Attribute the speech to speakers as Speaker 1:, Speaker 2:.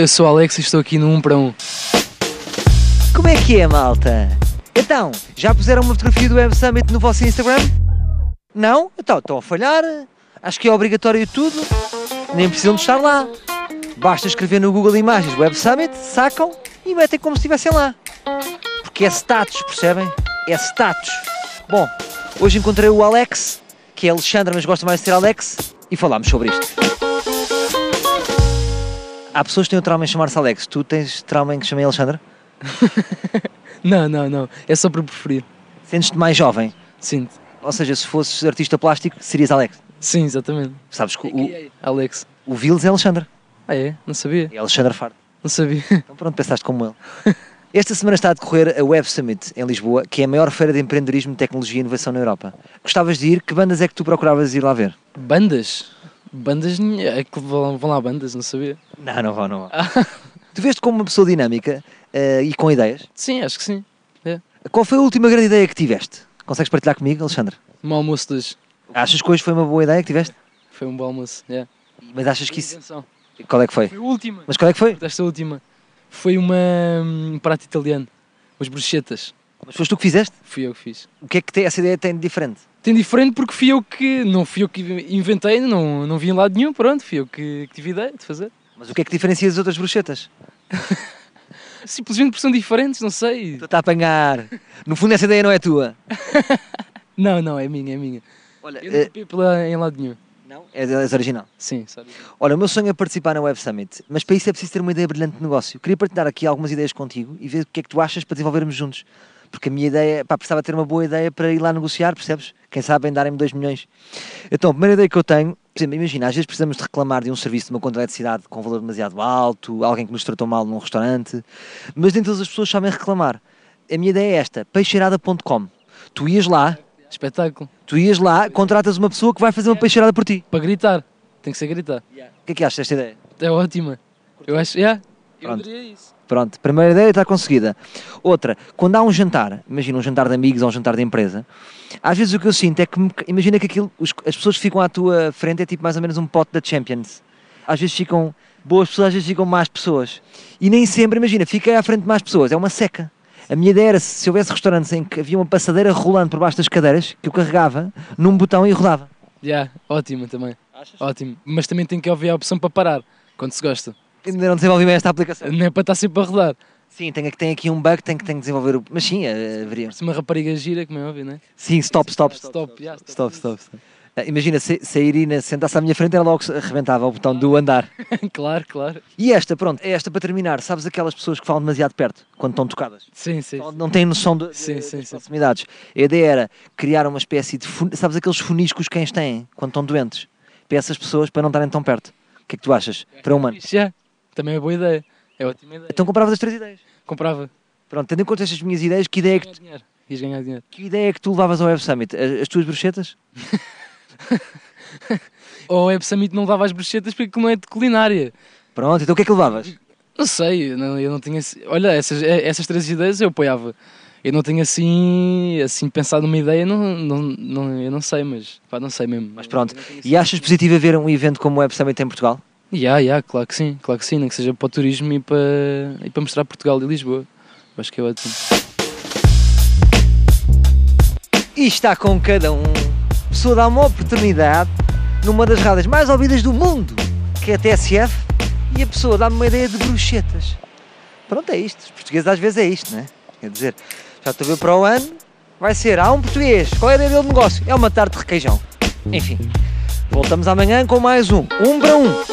Speaker 1: Eu sou o Alex e estou aqui no 1 para 1.
Speaker 2: Como é que é, malta? Então, já puseram uma fotografia do Web Summit no vosso Instagram? Não? Então, estão a falhar. Acho que é obrigatório tudo. Nem precisam de estar lá. Basta escrever no Google Imagens Web Summit, sacam e metem como se estivessem lá. Porque é status, percebem? É status. Bom, hoje encontrei o Alex, que é Alexandra, mas gosta mais de ser Alex, e falámos sobre isto. Há pessoas que têm o trauma em chamar-se Alex. Tu tens trauma em que chamei Alexandra?
Speaker 1: Não, não, não. É só por preferir.
Speaker 2: Sentes-te mais jovem?
Speaker 1: Sim,
Speaker 2: Ou seja, se fosses artista plástico, serias Alex.
Speaker 1: sim, exatamente. É
Speaker 2: Sabes que o,
Speaker 1: Alex.
Speaker 2: o Vils é Alexandre.
Speaker 1: Ah, é? Não sabia?
Speaker 2: É Alexandre Fardo.
Speaker 1: Não sabia.
Speaker 2: Então pronto, pensaste como ele. Esta semana está a decorrer a Web Summit em Lisboa, que é a maior feira de empreendedorismo, tecnologia e inovação na Europa. Gostavas de ir? Que bandas é que tu procuravas ir lá ver?
Speaker 1: Bandas? Bandas? nenhuma. É que vão vão lá bandas, não sabia?
Speaker 2: Não, não vão, não vão. tu veste como uma pessoa dinâmica eh, e com ideias.
Speaker 1: Sim, acho que sim.
Speaker 2: Qual foi a última grande ideia que tiveste? Consegues partilhar comigo, Alexandre?
Speaker 1: Um almoço de hoje.
Speaker 2: Achas que hoje foi uma boa ideia que tiveste?
Speaker 1: Foi um bom almoço. Yeah.
Speaker 2: Mas achas que isso...
Speaker 1: Atenção.
Speaker 2: Qual é que foi?
Speaker 1: Foi a última.
Speaker 2: Mas qual é que foi?
Speaker 1: Esta última. Foi uma, um prato italiano. Umas bruschetas.
Speaker 2: Mas foste tu que fizeste?
Speaker 1: Fui eu que fiz.
Speaker 2: O que é que te- essa ideia tem de diferente?
Speaker 1: Tem diferente porque fui eu que. Não fui eu que inventei, não, não vi em lado nenhum, pronto, fui eu que, que tive ideia de fazer.
Speaker 2: Mas o que é que diferencia das outras bruxetas?
Speaker 1: Simplesmente porque são diferentes, não sei.
Speaker 2: Estou-te a apanhar. No fundo, essa ideia não é tua.
Speaker 1: Não, não, é minha, é minha.
Speaker 2: Olha,
Speaker 1: Eu não copiei pela, em lado nenhum.
Speaker 2: Eh, não? É, é original.
Speaker 1: Sim, sabe?
Speaker 2: Olha, o meu sonho é participar na Web Summit, mas para isso é preciso ter uma ideia brilhante de negócio. Queria partilhar aqui algumas ideias contigo e ver o que é que tu achas para desenvolvermos juntos. Porque a minha ideia, pá, precisava ter uma boa ideia para ir lá negociar, percebes? Quem sabe em darem-me 2 milhões. Então, a primeira ideia que eu tenho, por exemplo, imagina, às vezes precisamos de reclamar de um serviço de uma conta de eletricidade com valor demasiado alto, alguém que nos tratou mal num restaurante, mas nem todas as pessoas sabem reclamar. A minha ideia é esta, peixeirada.com. Tu ias lá,
Speaker 1: Espetáculo.
Speaker 2: Tu ias lá, contratas uma pessoa que vai fazer uma peixeirada por ti.
Speaker 1: Para gritar. Tem que ser gritar.
Speaker 2: O que é que achas desta ideia?
Speaker 1: É ótima. Eu acho. Yeah.
Speaker 2: Pronto.
Speaker 1: diria isso.
Speaker 2: Pronto, primeira ideia está conseguida. Outra, quando há um jantar, imagina um jantar de amigos ou um jantar de empresa, às vezes o que eu sinto é que, me- imagina que aquilo, os- as pessoas que ficam à tua frente é tipo mais ou menos um pote da Champions. Às vezes ficam boas pessoas, às vezes ficam más pessoas. E nem sempre, imagina, fiquei à frente de más pessoas, é uma seca. A minha ideia era se houvesse restaurantes em que havia uma passadeira rolando por baixo das cadeiras, que eu carregava num botão e rodava.
Speaker 1: Yeah. Ótima também. Ótimo. Mas também tem que haver a opção para parar. Quando se gosta.
Speaker 2: Ainda não desenvolvi bem esta aplicação.
Speaker 1: Não é para estar sempre a rodar.
Speaker 2: Sim, tem, tem aqui um bug, tem que, tem que desenvolver o. Mas sim, eh, haveria.
Speaker 1: Se uma rapariga gira, como é óbvio, não é?
Speaker 2: Sim, stop, stop, stop.
Speaker 1: Stop, yeah,
Speaker 2: Stop, stop, stop. Eh, Imagina, se, se a Irina sentasse à minha frente, ela logo se arrebentava o botão do andar.
Speaker 1: claro, claro.
Speaker 2: E esta, pronto, é esta para terminar. Sabes aquelas pessoas que falam demasiado perto, quando estão tocadas?
Speaker 1: Sim, sim.
Speaker 2: Não- Não têm noção de, de,
Speaker 1: Sim, sim,
Speaker 2: das
Speaker 1: sim.
Speaker 2: proximidades. A ideia era criar uma espécie de. fun- Sabes aqueles funis que os cães têm quando estão doentes? Para essas pessoas, para não estarem tão perto. O que é que tu achas? Para um humano.
Speaker 1: Fixe, yeah. Também é boa ideia. É ótima ideia.
Speaker 2: Então compravas as três ideias.
Speaker 1: Comprava.
Speaker 2: Pronto, tendo em conta estas minhas ideias, que ideia é que
Speaker 1: Ganhar dinheiro. Ias ganhar dinheiro.
Speaker 2: Que ideia é que tu levavas ao Web Summit? As, as tuas bruxetas?
Speaker 1: Ou é Summit não dava as bruxetas porque não é de culinária.
Speaker 2: Pronto, então o que é que levavas?
Speaker 1: Não sei, eu não, eu não tinha. assim- Olha, essas, eh, essas três ideias eu apoiava. Eu não tenho assim, assim pensado numa ideia, não, não, não, eu não sei, mas pá, não sei mesmo. Mas
Speaker 2: Pronto. E achas positivo haver um evento como o Web Summit em Portugal?
Speaker 1: Ya, ya, claro que sim, claro que sim, nem que seja para o turismo e para, e para mostrar Portugal e Lisboa. Eu Acho que é ótimo.
Speaker 2: E está com cada um. A pessoa dá uma oportunidade numa das rádios mais ouvidas do mundo, que é a TSF, e a pessoa dá-me uma ideia de bruxetas. Pronto, é isto. Os portugueses às vezes é isto, não é? Quer dizer, já estou a ver para o ano, vai ser, há um português, qual é a ideia dele de negócio? É uma tarte de requeijão. Enfim, voltamos amanhã com mais um. Um para um.